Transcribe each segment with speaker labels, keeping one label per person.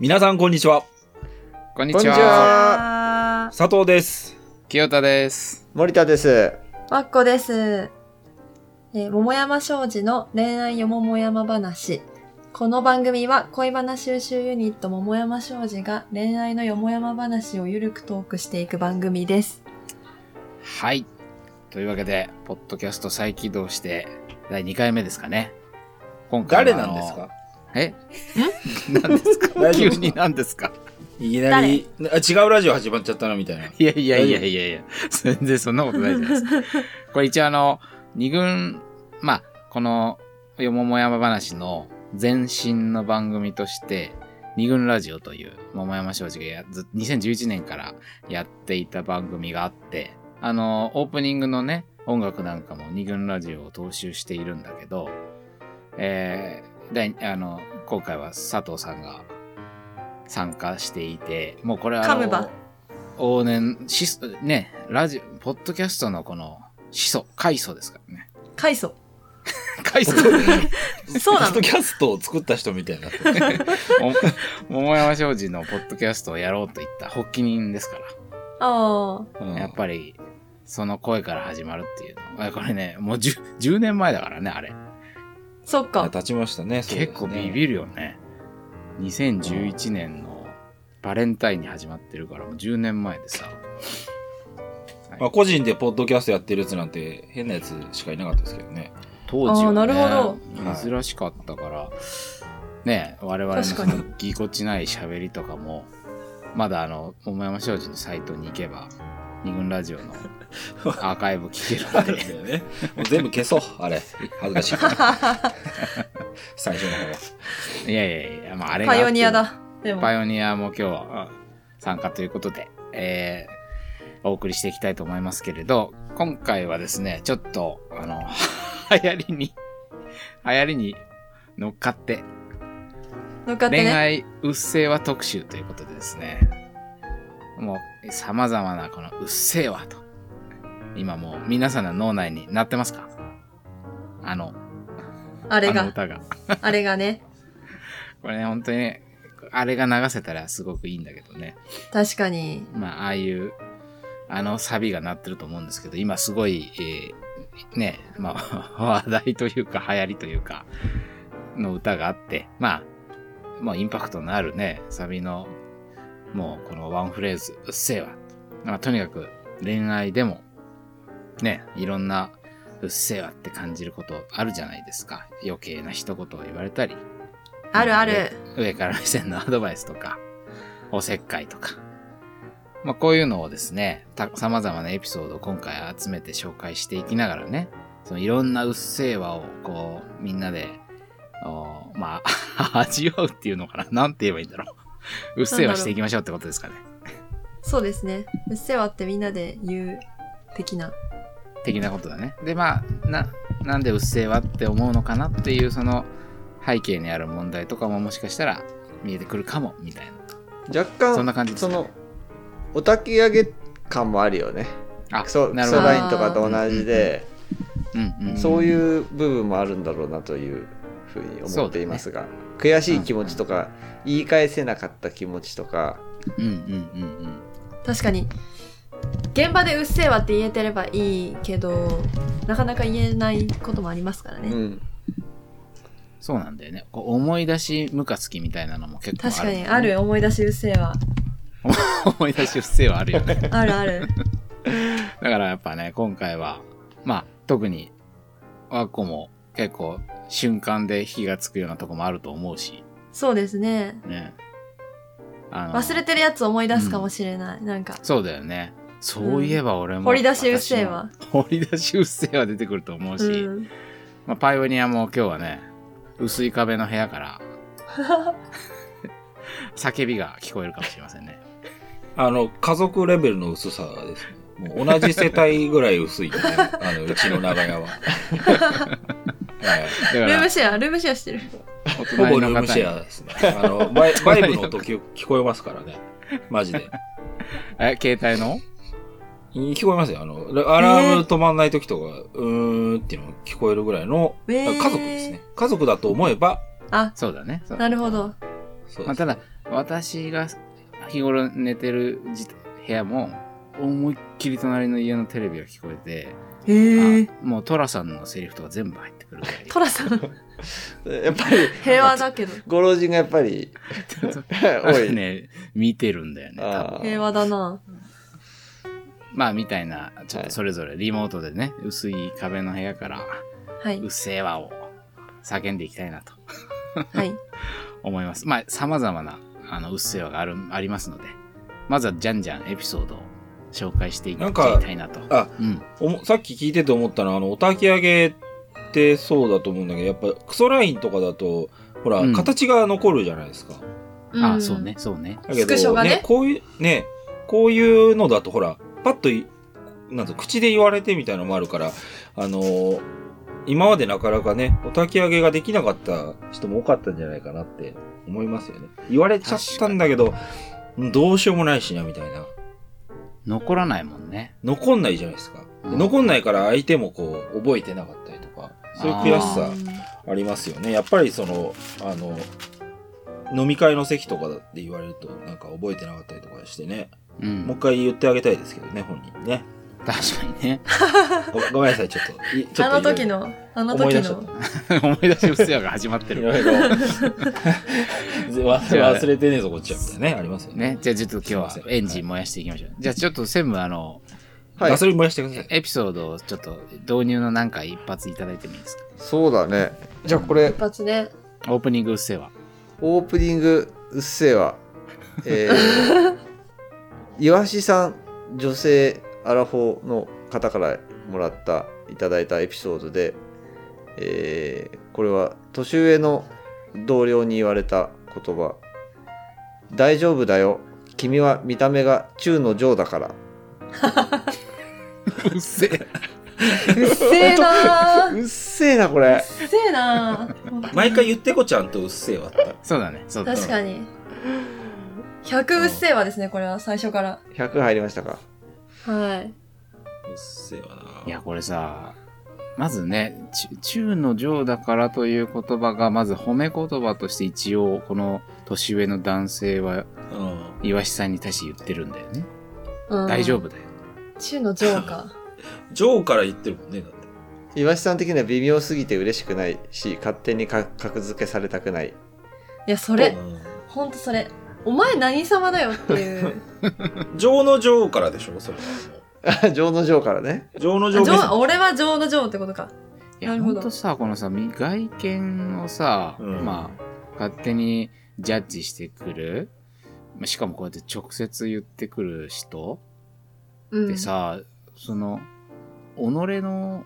Speaker 1: 皆さんこんにちは
Speaker 2: こんに
Speaker 3: こん
Speaker 2: ち
Speaker 3: にち
Speaker 2: は。
Speaker 3: は。
Speaker 4: あ
Speaker 1: 佐藤です
Speaker 2: 清田です。
Speaker 3: 森田です。
Speaker 4: ーわっこです。えー桃山商事の恋愛よももやま話。この番組は恋話収集ユニット桃山商事が恋愛のよもやま話をゆるくトークしていく番組です。
Speaker 2: はい。というわけで、ポッドキャスト再起動して、第2回目ですかね。今回
Speaker 1: 誰
Speaker 2: はあ
Speaker 1: なん
Speaker 2: の
Speaker 1: ですか
Speaker 2: え何ですか
Speaker 1: 大丈
Speaker 2: 急
Speaker 1: 夫
Speaker 2: に何ですか
Speaker 1: いきなりあ違うラジオ始まっちゃったなみたいない
Speaker 2: やいやいやいやいや、全然そんなことないじゃないですか。 これ一応あの、二軍、まあ、この、よももやま話の前身の番組として、二軍ラジオという、桃山正治がやず2011年からやっていた番組があって、あの、オープニングのね、音楽なんかも二軍ラジオを踏襲しているんだけど、えー第あの、今回は佐藤さんが参加していて、もうこれはあの、
Speaker 4: 噛めば
Speaker 2: 往年、しね、ラジオ、ポッドキャストのこの、始祖、開祖ですから ね。
Speaker 4: 海藻。
Speaker 2: 開祖
Speaker 4: そう
Speaker 1: ポ
Speaker 4: な
Speaker 1: ッド
Speaker 4: の
Speaker 1: キャストを作った人みたいに なってる
Speaker 2: も桃山商事のポッドキャストをやろうと言った発起人ですから。
Speaker 4: ああ。
Speaker 1: うん
Speaker 2: やっぱり、その声から始まるっていうの。あこれね、もう 10, 10年前だからね、あれ。
Speaker 4: そっか。
Speaker 1: 立ちましたねそうですね
Speaker 2: 結構ビビるよね。2011年のバレンタインに始まってるから、もう10年前でさ。
Speaker 1: まあ、個人でポッドキャストやってるやつなんて変なやつしかいなかったですけどね
Speaker 2: 当時は、ね、
Speaker 4: あーなるほ
Speaker 1: ど
Speaker 2: 珍しかったから、ね我々の
Speaker 4: 確
Speaker 2: そ
Speaker 4: か
Speaker 2: の
Speaker 4: に
Speaker 2: ぎこちない喋りとかもまだあの桃山商事のサイトに行けば二軍ラ ジオのアーカイブ聞け
Speaker 1: あ
Speaker 2: る
Speaker 1: る
Speaker 2: の
Speaker 1: ん
Speaker 2: で
Speaker 1: だよね もう全部消そうあれ恥ずかしいから 最初の方はい
Speaker 2: やいやいや、まあ、あれがあっ
Speaker 4: パ
Speaker 2: て
Speaker 4: イオニアだ。でも。
Speaker 2: パイオニアも今日は参加ということで、えーお送りしていきたいと思いますけれど、今回はですね、ちょっと、あの、 流行りに、流行りに乗っかって、
Speaker 4: 乗っかって
Speaker 2: 恋
Speaker 4: ね。
Speaker 2: 愛うっせぇわ特集ということでですね、もう様々なこのうっせぇわと、今もう皆さんの脳内になってますかあの、
Speaker 4: あれ
Speaker 2: あの
Speaker 4: が、
Speaker 2: 歌が。
Speaker 4: あれがね。
Speaker 2: これね、本当にね、あれが流せたらすごくいいんだけどね。
Speaker 4: 確かに。
Speaker 2: まあ、ああいう、あのサビが鳴ってると思うんですけど、今すごい、えーね、まあ、 話題というか流行りというか、の歌があって、まあ、もうインパクトのあるね、サビの、もうこのワンフレーズ、うっせえわ。まあ、とにかく恋愛でも、ね、いろんな、うっせえわって感じることあるじゃないですか。余計な一言を言われたり、
Speaker 4: あるある。
Speaker 2: 上から目線のアドバイスとか、おせっかいとか。まあこういうのをですね、た様々なエピソードを今回集めて紹介していきながらね、そのいろんなうっせぇわをこう、みんなで、おーまあ、 味わうっていうのかななんて言えばいいんだろう。うっせぇわしていきましょうってことですかね。
Speaker 4: そうですね。うっせわってみんなで言う的な。
Speaker 2: 的なことだね。で、まあ、な、なんでうっせぇわって思うのかなっていう、その背景にある問題とかももしかしたら見えてくるかも、みたいな。
Speaker 3: 若干
Speaker 2: そんな感じです
Speaker 3: そ
Speaker 2: か
Speaker 3: のお焚き上げ感もあるよね
Speaker 2: あ
Speaker 3: クソク
Speaker 2: なる
Speaker 3: ソ
Speaker 2: ほど
Speaker 3: ラインとかと同じで、
Speaker 2: うんうん。
Speaker 3: そう
Speaker 2: う
Speaker 3: い
Speaker 2: ん。
Speaker 3: う部分もあるんだろうなというふうに思っていますが、悔しい気持ちとか、言い返せなかった気持ちとか
Speaker 2: うんうんうんうん。
Speaker 4: 確かに現場で「うっせぇわ」って言えてればいいけどなかなか言えないこともありますから
Speaker 3: う
Speaker 4: ね、
Speaker 3: ん
Speaker 2: そうなんだよね。こう思い出しムカつきみたいなのも結構ある
Speaker 4: 確、かに
Speaker 2: ね。
Speaker 4: ある思い出し「うっせぇわ
Speaker 2: 思い出し不正はあるよね。」
Speaker 4: あるある
Speaker 2: だからやっぱね、今回は、まあ、特に、和子も結構瞬間で火がつくようなとこもあると思うし、
Speaker 4: そうですね
Speaker 2: ね。あの
Speaker 4: 忘れてるやつ思い出すかもしれない、なんか
Speaker 2: そうだよね。そういえば俺も、
Speaker 4: 掘り出しうっせぇわ
Speaker 2: 私も。掘り出しうっせぇは出てくると思うし、
Speaker 4: うん
Speaker 2: まあ、パイオニアも今日はね、薄い壁の部屋 から、叫びが聞こえるかもしれませんね。
Speaker 1: あの家族レベルの薄さですねもう同じ世帯ぐらい薄い よねあのうちの長 屋は、はい
Speaker 2: だか
Speaker 4: ルー
Speaker 2: ら
Speaker 4: ム、シェアルームシェアしてる
Speaker 2: お
Speaker 1: ほぼル
Speaker 2: 隣の
Speaker 1: ーム
Speaker 2: 方
Speaker 1: シ
Speaker 2: に
Speaker 1: ェアですね。あの、バイバイブの音聞聞こえますからね。マジで。
Speaker 2: え、携帯の
Speaker 1: 聞こえますよ。あの、アラーム止まんない時とか、うーんっていうのが聞こえるぐらいの、
Speaker 4: えー
Speaker 1: 家族ですね。家族だと思えば、
Speaker 4: あ
Speaker 2: そうだね。そう
Speaker 4: なるほど
Speaker 1: そう
Speaker 2: まあ、ただ、私が日頃寝てるじ部屋も、思いっきり隣の家のテレビが聞こえて、
Speaker 4: へえ。
Speaker 2: あもうトラさんのセリフとか全部入ってくるぐらい。
Speaker 4: トラさん、
Speaker 3: やっぱり、
Speaker 4: 平和だけど、
Speaker 3: ご老人がやっぱり、
Speaker 2: あ
Speaker 3: 多
Speaker 2: れ
Speaker 3: い。
Speaker 2: ね、見てるんだよね。多分
Speaker 3: あ
Speaker 4: 平
Speaker 3: ー
Speaker 4: 和だな。
Speaker 2: まあ、みたいな、ちょっ
Speaker 3: は
Speaker 2: と
Speaker 3: い
Speaker 2: それぞれリモートでね、薄い壁の部屋から、
Speaker 4: はい、
Speaker 2: うっせえわを叫んでいきたいなと
Speaker 4: はい。
Speaker 2: 思います。まあ、様々な、あの、うっせえわがある、ありますので、まずはじゃんじゃんエピソードを紹介していっちゃ
Speaker 1: ないんか
Speaker 2: たいなと。
Speaker 1: あ
Speaker 2: うん。
Speaker 1: おもさっき聞いてて思ったのはあのお焚き上げってそうだと思うんだけどやっぱクソラインとかだとほら、
Speaker 2: うん
Speaker 1: 形が残るじゃないですか
Speaker 2: あ
Speaker 4: ん
Speaker 2: そうね、。そうね。
Speaker 1: だけど
Speaker 4: スクショがね
Speaker 1: こういうねこういうのだとほらパッといなんと口で言われてみたいなのもあるからあのー今までなかなかねお焚き上げができなかった人も多かったんじゃないかなって思いますよね言われちゃったんだけどうんどうしようもないしなみたいな
Speaker 2: 残らないもんね。
Speaker 1: 残んないじゃないですか、で
Speaker 2: うん
Speaker 1: 残んないから相手もこう覚えてなかったりとかそういう悔しさありますよね。やっぱりその、あの、飲み会の席とかだって言われると、なんか覚えてなかったりとかしてね。
Speaker 2: うん。
Speaker 1: もう一回言ってあげたいですけどね、本人にね。
Speaker 2: 確かにね。
Speaker 1: ごごめんなさい、ちょっと。いちょっ
Speaker 4: あ
Speaker 1: といろい
Speaker 4: の
Speaker 1: ろ
Speaker 4: 時。の、あの
Speaker 1: 思い
Speaker 4: 時
Speaker 1: 出しちゃっ
Speaker 4: の
Speaker 1: た。。
Speaker 2: 思い出しうっせえわが始まって
Speaker 1: い
Speaker 2: る。
Speaker 1: ろい ろ。忘忘れてねえぞ、こっちは。みたいなね、ありますよね。
Speaker 2: ね。じゃあちょっと今日は
Speaker 1: すいません
Speaker 2: エンジン燃やしていきましょう。じゃあちょっと専務、あの、
Speaker 3: はい
Speaker 1: ガソリン燃やしてください。
Speaker 2: エピソードをちょっと導入のなんか一発いただいてもいいです
Speaker 3: そうだね。じゃあこれ
Speaker 4: 一、発で、
Speaker 2: かオープニングうっせえわ。
Speaker 3: オープニング、うっせえわ。え ー、いわしさん、女性アラフォーの方からもらった、いただいたエピソードで、えー、これは年上の同僚に言われた言葉。大丈夫だよ。君は見た目が中の上だから。
Speaker 2: うっせえ。
Speaker 4: うっせえなー。う
Speaker 3: うっせえな、これ。
Speaker 4: っせえなー。
Speaker 1: 毎回言ってこちゃんとうっせえわって。
Speaker 2: そうだね。そうだね。
Speaker 4: 確かに。100うっせえはですね、これは最初から。
Speaker 3: 100入りましたか。
Speaker 4: はい。
Speaker 1: うっせえわな。
Speaker 2: いや、これさ、まずね、ち中の上だからという言葉が、まず褒め言葉として一応、この年上の男性は、
Speaker 1: うん。
Speaker 2: 岩下さんに対して言ってるんだよね。
Speaker 4: うん
Speaker 2: 大丈夫だよ。
Speaker 4: 中のジョーカ
Speaker 1: ジョーから言ってるもんね、だって。
Speaker 3: いわしさん的には微妙すぎて嬉しくないし、勝手にか格付けされたくない。
Speaker 4: ー。いや、それ
Speaker 1: う、ん
Speaker 4: ほんとそれ。お前何様だよっていう。
Speaker 1: 情の情からでしょ、それは。
Speaker 3: あ 情の情から ね。
Speaker 1: 情の
Speaker 4: ジョ
Speaker 1: 情です
Speaker 4: ー俺は情のジョーってことか。
Speaker 2: いや、
Speaker 4: なる
Speaker 2: ほ
Speaker 4: ほ
Speaker 2: ん
Speaker 4: ど
Speaker 2: とさ、このさ、み外見をさ、
Speaker 1: うん
Speaker 2: まあ、勝手にジャッジしてくる、まあしかもこうやって直接言ってくる人
Speaker 4: う
Speaker 2: っ
Speaker 4: ん
Speaker 2: て。さ、その、己の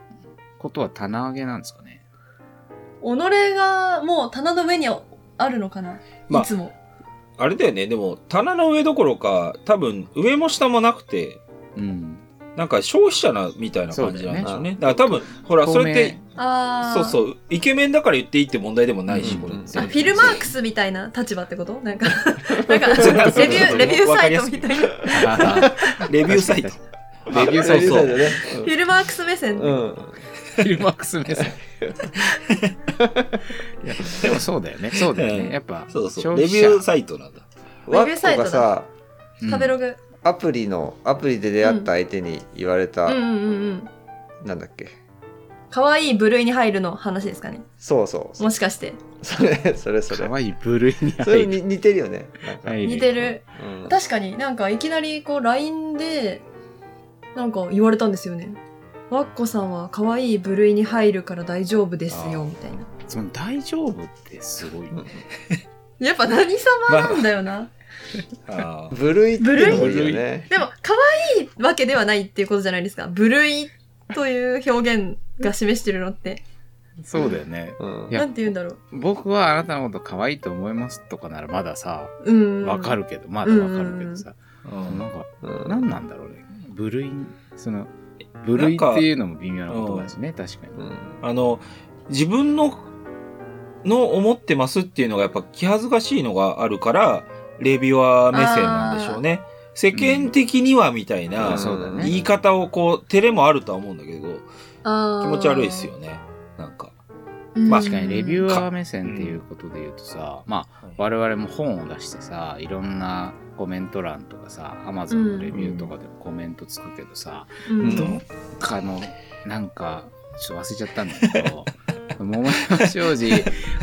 Speaker 2: ことは棚上げなんですかね。
Speaker 4: 己がもう棚の上にあるのかな、
Speaker 1: まあ
Speaker 4: いつも。
Speaker 1: あれだよね、でも、棚の上どころか、多分、上も下もなくて、
Speaker 2: うん。
Speaker 1: なんか消費者な、みたいな感じなんでしょうね。だから多分、ほら、そ
Speaker 2: 透
Speaker 1: れって
Speaker 2: 明、
Speaker 4: あ
Speaker 1: そう
Speaker 4: う。
Speaker 1: そう、イケメンだから言っていいって問題でもないし、
Speaker 2: うん
Speaker 1: これって。
Speaker 4: あフィルマークスみたいな立場ってことなんか、なんか、レビュー、レビューサイトみたいな。フ
Speaker 1: レビューサイト。
Speaker 2: レビューサイト
Speaker 1: そうそ
Speaker 3: レ
Speaker 1: う
Speaker 3: ビューサイトね。
Speaker 4: ィルマークス目線。
Speaker 3: うん。うん
Speaker 2: フィルマックス目線。いやでもそうだよね。そうだよ
Speaker 1: うん
Speaker 2: ね。やっぱ、
Speaker 1: そうそう、
Speaker 2: 消
Speaker 1: レ
Speaker 2: 費
Speaker 1: ビ
Speaker 2: 者
Speaker 1: ューサイトなんだ。
Speaker 3: ワ
Speaker 4: レビュー
Speaker 3: ッ
Speaker 4: サイ
Speaker 3: コ
Speaker 4: ト
Speaker 3: が
Speaker 4: だ
Speaker 3: さ、
Speaker 2: うん
Speaker 4: 食べログ。
Speaker 3: アプリの、アプリで出会った相手に言われた、
Speaker 4: うんうんうんうん。
Speaker 3: なんだっけ。
Speaker 4: 可愛い部類に入るの話ですかね。
Speaker 3: そうそうそ
Speaker 4: も
Speaker 3: う。
Speaker 4: しかして。
Speaker 3: それ、それそ
Speaker 2: か
Speaker 3: れ。
Speaker 2: わいい部類に
Speaker 3: それ
Speaker 2: 入る。
Speaker 3: に似てるよね。なんか
Speaker 2: 入
Speaker 4: 似てる。
Speaker 3: うん
Speaker 4: 確かになんかいきなりこう LINE でなんか言われたんですよね。わっこさんは可愛い部類に入るから大丈夫です
Speaker 1: あ
Speaker 4: よ
Speaker 1: ー
Speaker 4: みたいな。
Speaker 2: その大丈夫ってすごいね。
Speaker 4: やっぱ何様なんだよな。
Speaker 1: あ
Speaker 3: 部類っていうのもいいよね。
Speaker 4: でも可愛いわけではないっていうことじゃないですか。部類という表現が示してるのって。
Speaker 2: そうだよね。
Speaker 3: うん
Speaker 2: いや
Speaker 4: なんて言うんだろう。
Speaker 2: 僕はあなたのこと可愛いと思いますとかならまださ、
Speaker 4: うん。
Speaker 2: わか。るけど、まだわかるけどさ、
Speaker 1: あ。う
Speaker 2: なん
Speaker 1: ん
Speaker 2: か、
Speaker 3: うん
Speaker 2: 何なんだろうね。部類に、その、部類っていうのも微妙な言葉ですね、確かに。
Speaker 3: うん
Speaker 1: あの、自分の、の思ってますっていうのがやっぱ気恥ずかしいのがあるから、レビュアー目線なんでしょうね。世間的にはみたいな、
Speaker 2: うんそうだね
Speaker 1: 言い方をこう、照れもあるとは思うんだけど、
Speaker 4: あー
Speaker 1: 気持ち悪いです。よね。なんか。
Speaker 4: うま
Speaker 2: 確かにレビ
Speaker 4: ー。
Speaker 2: ューアー目線っていうことで言うとさ、まあ我々も本を出してさいろんなコメント欄とかさ Amazon のレビューとかでもコメントつくけどさ、
Speaker 4: うん
Speaker 2: どっかのなんかちょっと忘れちゃったんだけど 「桃山商事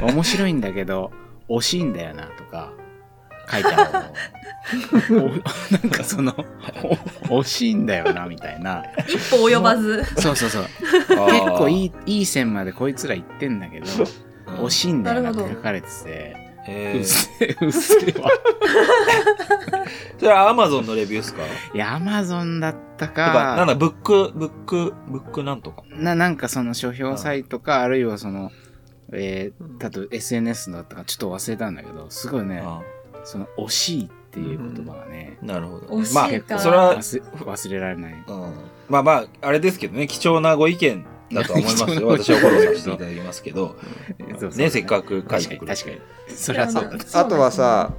Speaker 2: 面白いんだけど惜しいんだよな」とか書いてある のおなんかそのお惜しいんだよなみたいな
Speaker 4: 一歩及ばず。
Speaker 2: そうそうそう
Speaker 1: 結
Speaker 2: 結構い
Speaker 1: い、
Speaker 2: いいい線までこいつら行ってんだ けど惜しいんだよなって書かれてて。
Speaker 1: え
Speaker 2: うっ
Speaker 1: ー、
Speaker 2: せえ、うっせえわ。
Speaker 1: それはアマゾンのレビューですか
Speaker 2: いや、アマゾンだった
Speaker 1: なんか、なん
Speaker 2: か、
Speaker 1: だ、ブック、ブック、ブックなんとか。
Speaker 2: な、なんかその書評サイトか、あるいはその、えー、たと SNS だったか、ちょっと忘れたんだけど、すごいね、
Speaker 1: あ
Speaker 2: その、惜しいっていう言葉がね、
Speaker 1: ーなるほど。
Speaker 4: 惜しい
Speaker 1: まあ、
Speaker 4: か
Speaker 1: それは、
Speaker 2: 忘忘れられない。
Speaker 1: うん、まあまあ、あれですけどね、貴重なご意見だとは思いま す
Speaker 2: 貴
Speaker 1: よ。
Speaker 2: 重なご意見
Speaker 1: 私はフォローさせていただきますけど、
Speaker 2: そうそう
Speaker 1: ね、せっかく書い
Speaker 2: 確か
Speaker 1: て
Speaker 2: に、
Speaker 1: くれ
Speaker 2: 確か
Speaker 1: て。
Speaker 2: に。そりゃそうだね。
Speaker 3: あとはさ、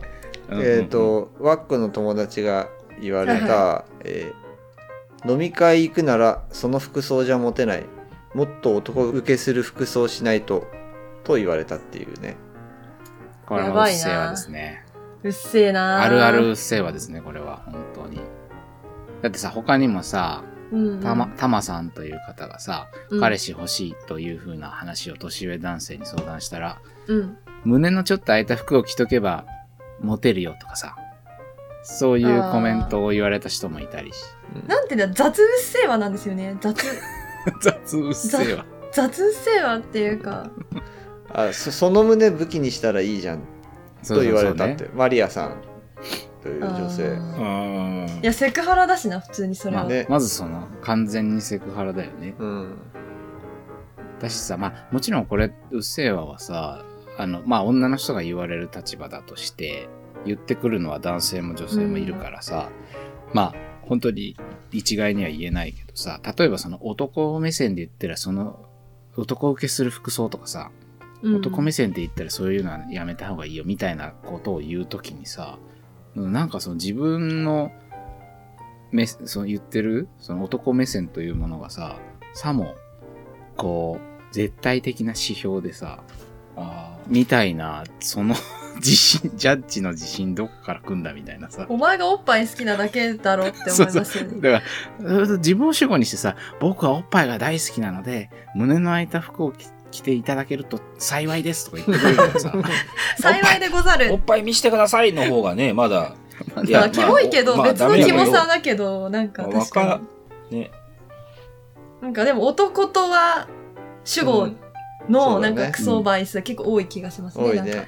Speaker 2: うん
Speaker 3: えっ、、と、ワックの友達が言われた、えー飲み会行くならその服装じゃモテない。もっと男受けする服装しないと、と言われたっていうね。
Speaker 2: これ
Speaker 4: や
Speaker 2: もうっ
Speaker 4: ばいな
Speaker 2: せえわですね。
Speaker 4: うっせえなー
Speaker 2: あるあるうっ。せえわですね、これは、本当に。だってさ、他にもさ、
Speaker 4: うん。
Speaker 2: たま、たまさんという方がさ、
Speaker 4: うん
Speaker 2: 彼。氏欲しいというふうな話を年上男性に相談したら、
Speaker 4: うん。
Speaker 2: 胸のちょっと空いた服を着とけばモテるよとかさ、そういうコメントを言われた人もいた りし、
Speaker 4: なんていうんだ、雑うっせえわなんですよね。雑、
Speaker 2: 雑うっせえわ。
Speaker 4: 雑うっせえわっていうか。
Speaker 3: あそその胸武器にしたらいいじゃん
Speaker 2: そうそ
Speaker 3: と
Speaker 2: う
Speaker 3: 言
Speaker 2: そ
Speaker 3: わ
Speaker 2: う
Speaker 3: れたって
Speaker 2: ね
Speaker 3: マリアさんという女
Speaker 4: あ
Speaker 3: 性
Speaker 4: ー
Speaker 1: うん。
Speaker 4: いや、セクハラだしな、普通にそれ
Speaker 2: まあ
Speaker 4: は。
Speaker 3: ね
Speaker 2: まずその完全にセクハラだよね。
Speaker 3: うん
Speaker 2: だしさ、まあもちろんこれ、うっせえわはさ、あの、まあ女の人が言われる立場だとして、言ってくるのは男性も女性もいるからさ、まあ本当に一概には言えないけどさ、例えばその男目線で言ったらその、男受けする服装とかさ、
Speaker 4: うん
Speaker 2: 男目線で言ったらそういうのはやめた方がいいよみたいなことを言うときにさ、うんなんかその自分の目、その言ってる、その男目線というものがさ、さも、こう、絶対的な指標でさ、
Speaker 1: あ
Speaker 2: みたいな、その 自信、ジャッジの自信どこから来んだみたいなさ。
Speaker 4: お前がおっぱい好きなだけだろって思いますよね。
Speaker 2: だから、自分を主語にしてさ、僕はおっぱいが大好きなので、胸の開いた服を着着ていただけると幸いですとか言ってくれるからさ、
Speaker 4: 幸いでござ
Speaker 1: ーおっ。
Speaker 4: る
Speaker 1: ぱい見してくださいの方がね、まだ。い
Speaker 4: まあ、キモいけど、
Speaker 1: まあ
Speaker 4: 別
Speaker 1: ダ
Speaker 4: の
Speaker 1: メだ
Speaker 4: キ
Speaker 1: けど
Speaker 4: モさだけど、なんか
Speaker 1: まあ
Speaker 4: 確か
Speaker 1: らね
Speaker 4: に。なんかでも男とは主語
Speaker 3: う
Speaker 4: の
Speaker 3: ん
Speaker 4: なん
Speaker 3: そうだ
Speaker 4: か
Speaker 3: ね
Speaker 4: クソバイス結構多い気がしますね。
Speaker 3: 多い
Speaker 4: なん
Speaker 3: ね
Speaker 4: か、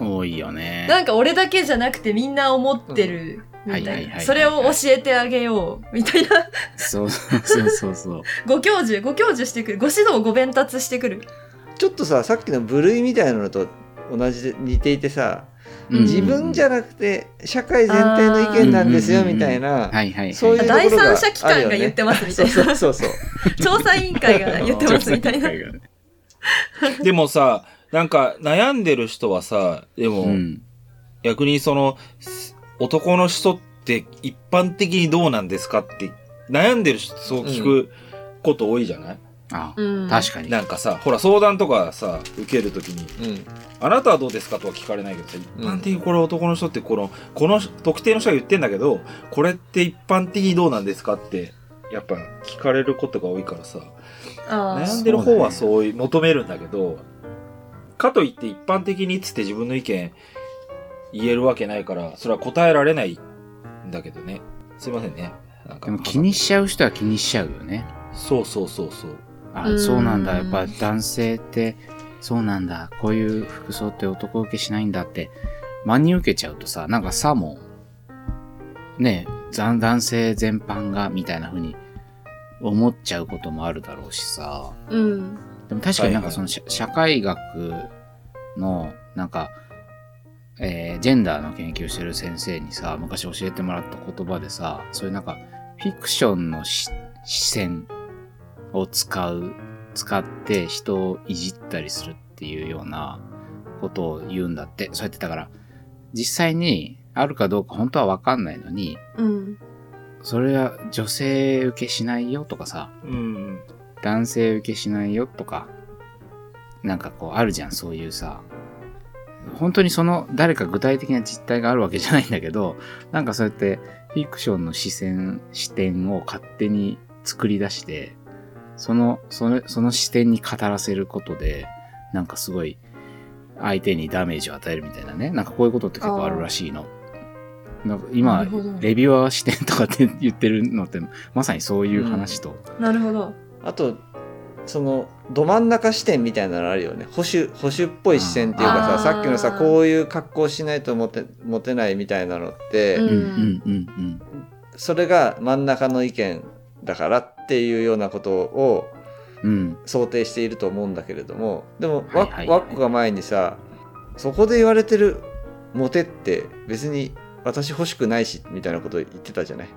Speaker 3: うん
Speaker 2: 多いよね。
Speaker 4: なんか俺だけじゃなくてみんな思ってるみ
Speaker 2: うん
Speaker 4: た
Speaker 2: はいはいはい
Speaker 4: い
Speaker 2: は
Speaker 4: な。
Speaker 2: い
Speaker 4: それを教えてあげようみたいな。
Speaker 2: そうそうそうそう。
Speaker 4: ご教授、ご教授してくる。ご指導、ご弁達してくる。
Speaker 3: ちょっとささっきの部類みたいなのと同じで似ていてさ自分じ
Speaker 2: ゃ、
Speaker 3: ゃなくて社会全体の意見なんですよ
Speaker 2: あー
Speaker 3: みたい
Speaker 2: は
Speaker 3: な
Speaker 2: いはい、はい。
Speaker 3: そういうところが
Speaker 4: 第三者機
Speaker 3: ある
Speaker 4: 関
Speaker 3: よ
Speaker 4: が
Speaker 3: ね
Speaker 4: 言ってますみた
Speaker 3: そ
Speaker 4: いうな。
Speaker 3: そうそうそう
Speaker 4: 調査委員会が言ってます みたいな。
Speaker 1: でもさ、なんか悩んでる人はさ、でも、
Speaker 2: うん。
Speaker 1: 逆にその、す男の人って一般的にどうなんですかって、悩んでる人そう聞くこと多いじゃない、
Speaker 2: あ、
Speaker 4: うん
Speaker 2: 確かに。
Speaker 1: なんかさ、ほら相談とかさ、受けるときに、
Speaker 3: うん
Speaker 1: あなたはどうですかとは聞かれないけどさ、一般的にこれ男の人ってこの、この特定の人が言ってんだけど、これって一般的にどうなんですかって、やっぱ聞かれることが多いからさ、
Speaker 4: あ
Speaker 1: 悩ん
Speaker 4: ー
Speaker 1: でる方はそういう求めるんだけど、かといって一般的にっつって自分の意見言えるわけないから、それは答えられないんだけどね。すいませんね。なんか
Speaker 2: でも気にしちゃう人は気にしちゃうよね。
Speaker 1: そうそうそうそう。
Speaker 2: あ、
Speaker 4: うん
Speaker 2: そうなんだ。やっぱ男性って、そうなんだ。こういう服装って男受けしないんだって、真に受けちゃうとさ、なんかさも、ねえ、ざん男性全般が、みたいな風に思っちゃうこともあるだろうしさ。
Speaker 4: うん。
Speaker 2: でも確かになんか
Speaker 1: はいはい
Speaker 2: その社社会学のなんか、えージェンダーの研究してる先生にさ昔教えてもらった言葉でさそういうなんかフィクションのし視線を使う使って人をいじったりするっていうようなことを言うんだってそうやってだから実際にあるかどうか本当はわかんないのに
Speaker 4: うん。
Speaker 2: それは女性受けしないよとかさ
Speaker 1: うん。
Speaker 2: 男性受けしないよとかなんかこうあるじゃん、そういうさ。本当にその誰か具体的な実態があるわけじゃないんだけど、 なんかそうやってフィクションの視線、視点を勝手に作り出して、その、その、その視点に語らせることで、なんかすごい相手にダメージを与えるみたいなね。なんかこういうことって結構あるらしいの。なんか
Speaker 4: な
Speaker 2: 今
Speaker 4: るほど、
Speaker 2: レビュアー視点とかって言ってるのって、まさにそういう話と。
Speaker 4: なるほど。
Speaker 3: あとそのど真ん中視点みたいなのあるよね保守保守っぽい視線っていうかさ
Speaker 4: あー
Speaker 3: さっきのさこういう格好しないとモテモテないみたいなのって、
Speaker 4: うん
Speaker 2: うん、うん、うん、うん。
Speaker 3: それが真ん中の意見だからっていうようなことを
Speaker 2: うん。
Speaker 3: 想定していると思うんだけれどもでも
Speaker 2: はい
Speaker 3: わ
Speaker 2: はい
Speaker 3: わっこが前にさそこで言われてるモテって別に私欲しくないしみたいなこと言ってたじゃない。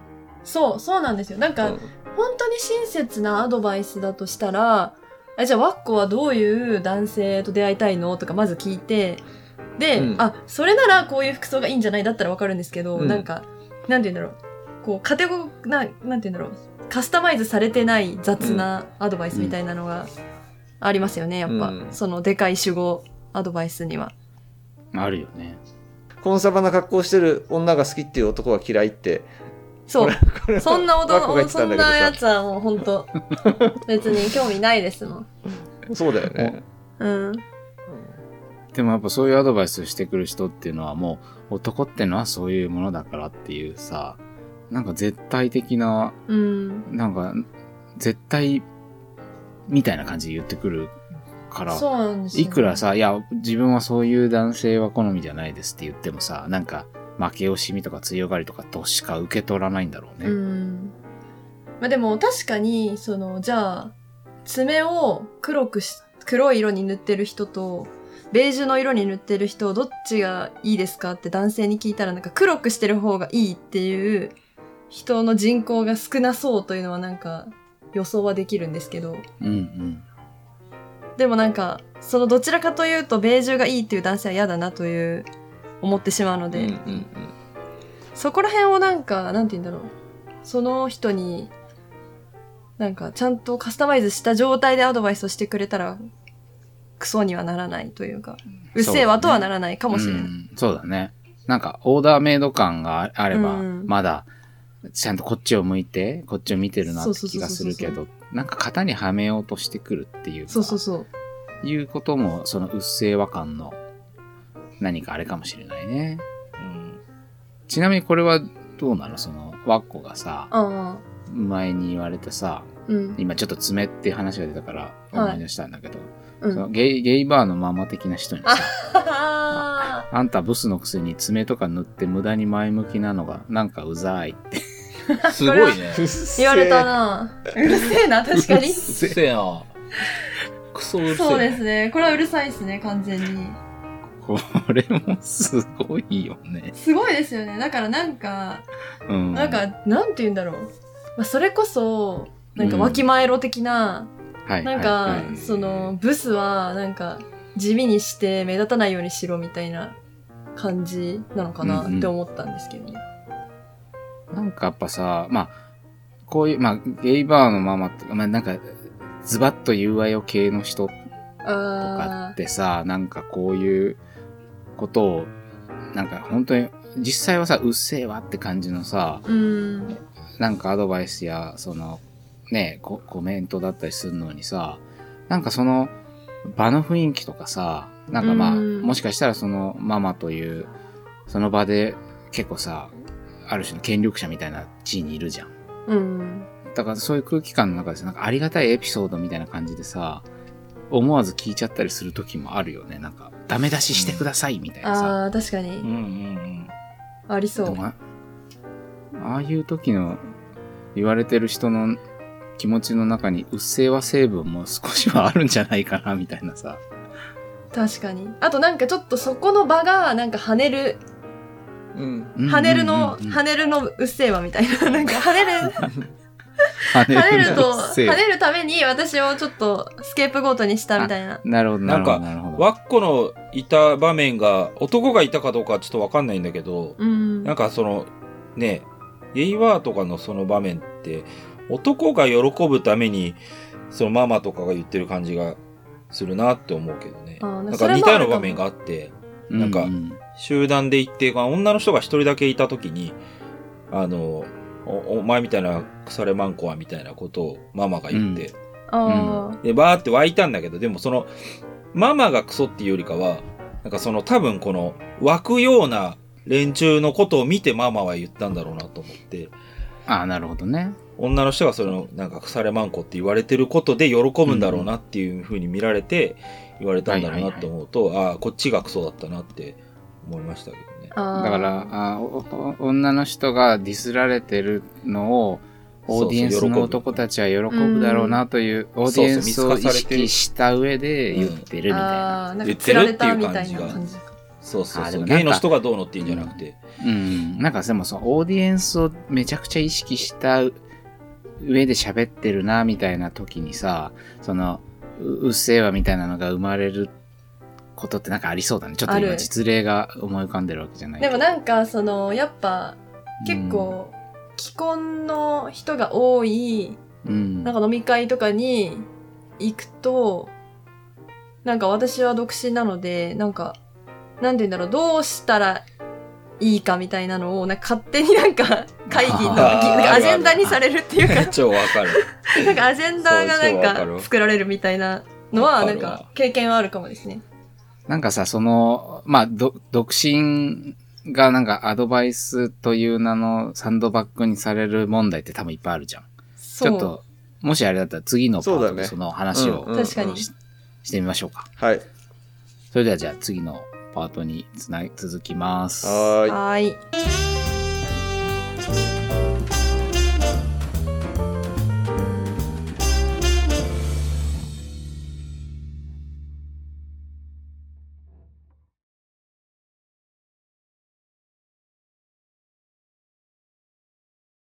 Speaker 4: そう、そうなんですよ。なんか、
Speaker 3: うん
Speaker 4: 本当に親切なアドバイスだとしたら、えじゃあ、ワッコはどういう男性と出会いたいのとかまず聞いて、で、
Speaker 3: うん
Speaker 4: あ、それならこういう服装がいいんじゃないだったらわかるんですけど、
Speaker 3: うん
Speaker 4: なんか、なんて言うんだろう。こう、カテゴ、ななんて言うんだろう。カスタマイズされてない雑なアドバイスみたいなのがありますよね、やっぱ。
Speaker 3: うん
Speaker 4: そのでかい主語アドバイスには。
Speaker 2: あるよね。
Speaker 3: コンサバな格好してる女が好きっていう男は嫌いって
Speaker 4: そう。
Speaker 3: これ
Speaker 4: そんな
Speaker 3: わっこが言
Speaker 4: 男、
Speaker 3: って
Speaker 4: そ
Speaker 3: たんだけ
Speaker 4: ん
Speaker 3: どさ
Speaker 4: なやつはもう本当別に興味ないですもん。
Speaker 3: そうだよね。
Speaker 4: うん。
Speaker 2: でもやっぱそういうアドバイスしてくる人っていうのはもう男ってのはそういうものだからっていうさ、なんか絶対的な、
Speaker 4: うん。
Speaker 2: なんか絶対みたいな感じで言ってくるから、
Speaker 4: そうなんですよ
Speaker 2: いくらさ、いや、自分はそういう男性は好みじゃないですって言ってもさ、なんか負け惜しみとか強がりとかとしか受け取らないんだろうね。
Speaker 4: うん。まあでも確かに、その、じゃあ、爪を黒くし、黒い色に塗ってる人と、ベージュの色に塗ってる人、どっちがいいですかって男性に聞いたら、なんか黒くしてる方がいいっていう人の人口が少なそうというのはなんか予想はできるんですけど、
Speaker 2: うんうん。
Speaker 4: でもなんか、そのどちらかというと、ベージュがいいっていう男性は嫌だなという、思ってしまうの
Speaker 3: うん
Speaker 4: で、
Speaker 3: うんうん
Speaker 4: そこら辺をなんか、なんて言うんだろう。その人に、なんか、ちゃんとカスタマイズした状態でアドバイスをしてくれたら、クソにはならないというか、うっせえわとはならないかもしれない。
Speaker 2: うんそうだね。なんか、オーダーメイド感があれば、
Speaker 4: うん
Speaker 2: まだ、ちゃんとこっちを向いて、こっちを見てるな
Speaker 4: そ
Speaker 2: っ
Speaker 4: う
Speaker 2: て
Speaker 4: そう
Speaker 2: 気
Speaker 4: そう
Speaker 2: が
Speaker 4: そ
Speaker 2: す
Speaker 4: う
Speaker 2: るけど、なんか型にはめようとしてくるっていうか、
Speaker 4: そうそうそう。
Speaker 2: いうことも、そのうっせえ和感の何かあれかもしれないね。
Speaker 1: うん。
Speaker 2: ちなみにこれはどうなのその、ワッコがさ、
Speaker 4: ああ、
Speaker 2: 前に言われたさ、
Speaker 4: うん。
Speaker 2: 今ちょっと爪っていう話が出たから思い出したんだけど、
Speaker 4: う
Speaker 2: その
Speaker 4: ん。
Speaker 2: ゲイゲイバーのママ的な人にさ、
Speaker 4: あ
Speaker 2: あんたブスのくせに爪とか塗って無駄に前向きなのがなんかうざいって。
Speaker 1: す ごいね。
Speaker 3: うっせえ
Speaker 4: 言われたな。うるせえな、確かに。
Speaker 1: うっせえな。クソうるせえ。
Speaker 4: そうですね。これはうるさいですね、完全に。
Speaker 2: これもすごいよね。
Speaker 4: すごいですよね。だからなんか、
Speaker 2: うん。
Speaker 4: なん
Speaker 2: は
Speaker 4: か、なんて言うんだろう。まあ、それこそ、なんか、わきまえろ的な、
Speaker 2: い、
Speaker 4: なんか、
Speaker 2: はいはい
Speaker 4: その、ブスは、なんか、地味にして目立たないようにしろみたいな感じなのかな
Speaker 2: うんうん
Speaker 4: って思ったんですけどね。
Speaker 2: なんかやっぱさ、まあ、こういう、まあ、ゲイバーのママって、まあなんか、ズバッと言うわよ系の人とか
Speaker 4: あ
Speaker 2: ってさ、なんかこういうことを、なんか本当に、実際はさ、うっせえわって感じのさ、
Speaker 4: ーうん。
Speaker 2: なんかアドバイスや、その、ね、ココメントだったりするのにさ、なんかその場の雰囲気とかさ、なんかまあ、
Speaker 4: うん
Speaker 2: もしかしたらそのママという、その場で結構さ、ある種の権力者みたいな地位にいるじゃん。
Speaker 4: うん。
Speaker 2: だからそういう空気感の中でさ、なんかありがたいエピソードみたいな感じでさ、思わず聞いちゃったりする時もあるよね。なんか、ダメ出ししてくださいみたいなさ。
Speaker 4: ああ、確かに、
Speaker 1: うんうん
Speaker 4: ありそ
Speaker 2: で
Speaker 4: う
Speaker 2: も。あああいう時の言われてる人の気持ちの中にうっせぇわ成分も少しはあるんじゃないかなみたいなさ。
Speaker 4: 確かに。あとなんかちょっとそこの場が、なんか跳ねる、
Speaker 3: うん
Speaker 4: 跳ねるの、
Speaker 2: うんうんうん
Speaker 4: 跳ねるのうっせぇわみたいな。 なんか跳ねる、
Speaker 2: 跳
Speaker 4: 跳ねると、
Speaker 2: うっ
Speaker 4: 跳
Speaker 2: せぇわ
Speaker 4: ねるために私をちょっとスケープゴートにしたみたいな。
Speaker 2: なるほど、なるほど。
Speaker 1: なんか
Speaker 2: なるほ
Speaker 1: うん。
Speaker 2: ど
Speaker 1: ワッコのいた場面が、男がいたかどうかはちょっとわかんないんだけど、
Speaker 4: うん。
Speaker 1: なんかその、ね、ゲイバーとかのその場面って、男が喜ぶために、そのママとかが言ってる感じがするなって思うけどね。
Speaker 4: あー
Speaker 1: なん
Speaker 4: そ
Speaker 1: か
Speaker 4: れも
Speaker 1: 似たよ
Speaker 4: ある
Speaker 1: う
Speaker 4: か
Speaker 1: な
Speaker 4: も
Speaker 1: 場面があって、
Speaker 2: うん
Speaker 1: なんか
Speaker 2: うん
Speaker 1: 集団で行って、まあ女の人が一人だけいたときに、あの、おお前みたいな腐れマンコはみたいなことをママが言って、
Speaker 4: あー
Speaker 1: で、バーって湧いたんだけど、でもその、ママがクソっていうよりかは、なんかその多分この湧くような連中のことを見てママは言ったんだろうなと思って、
Speaker 2: ああ、なるほどね。
Speaker 1: 女の人がそのなんか腐れマンコって言われてることで喜ぶんだろうなっていうふうに見られて言われたんだろうなと思うと、ああ、こっちがクソだったなって思いましたけどね。
Speaker 4: あー。
Speaker 2: だから、あーおお女の人がディスられてるのを、オーディエンスの男たちは喜ぶだろうなという、オーディエンスを意識した上で言ってるみたいな。
Speaker 4: あー、な
Speaker 1: 言
Speaker 4: んか
Speaker 1: って
Speaker 4: 釣
Speaker 1: る
Speaker 4: ら
Speaker 1: ってい
Speaker 4: れ
Speaker 1: う感
Speaker 4: た
Speaker 1: じ
Speaker 4: み
Speaker 1: が
Speaker 4: たいな感じか。
Speaker 1: そうそう
Speaker 2: あ
Speaker 1: そ
Speaker 2: ーで
Speaker 1: う。
Speaker 2: もなんか
Speaker 1: ゲイの人がどうのっていうんじゃなくて、
Speaker 2: うん。なんかでもその、オーディエンスをめちゃくちゃ意識した上で喋ってるな、みたいな時にさ、その、ううっせぇわみたいなのが生まれることってなんかありそうだね。ちょっと
Speaker 4: あ
Speaker 2: 今
Speaker 4: る
Speaker 2: 実例が思い浮かんでるわけじゃないけ
Speaker 4: で
Speaker 2: ど。
Speaker 4: もなんか、その、やっぱ、結構、既婚の人が多い、
Speaker 2: うん、うん
Speaker 4: なんか飲み会とかに行くと、なんか私は独身なので、なんか、なんて言うんだろう、どうしたらいいかみたいなのを、なんか勝手になんか 会議のぎ
Speaker 2: あー
Speaker 4: なんか
Speaker 1: あるあ
Speaker 4: ア
Speaker 1: る
Speaker 4: ジェンダにされるっ ていうか、
Speaker 1: 超わかる。
Speaker 4: なんかアジェンダが
Speaker 1: そうわか
Speaker 4: なん
Speaker 1: る
Speaker 4: か作られるみたいなの
Speaker 1: わ
Speaker 4: は、な
Speaker 1: か
Speaker 4: ん
Speaker 1: るわ
Speaker 4: か経験はあるかもですね。
Speaker 2: なんかさ、その、まあ、ど独身がなんかアドバイスという名のサンドバッグにされる問題って多分いっぱいあるじゃん。ち
Speaker 4: そ
Speaker 2: ょ
Speaker 4: う。
Speaker 2: っと、もしあれだったら次のパ
Speaker 3: そう
Speaker 2: ー
Speaker 3: だ
Speaker 2: トで
Speaker 3: ね
Speaker 2: その話
Speaker 3: うん
Speaker 2: を
Speaker 3: うん
Speaker 4: 確かに。
Speaker 2: してみましょうか。
Speaker 3: はい。
Speaker 2: それではじゃあ次のパートにつなぎ続きます。
Speaker 3: はーい。
Speaker 4: はーい。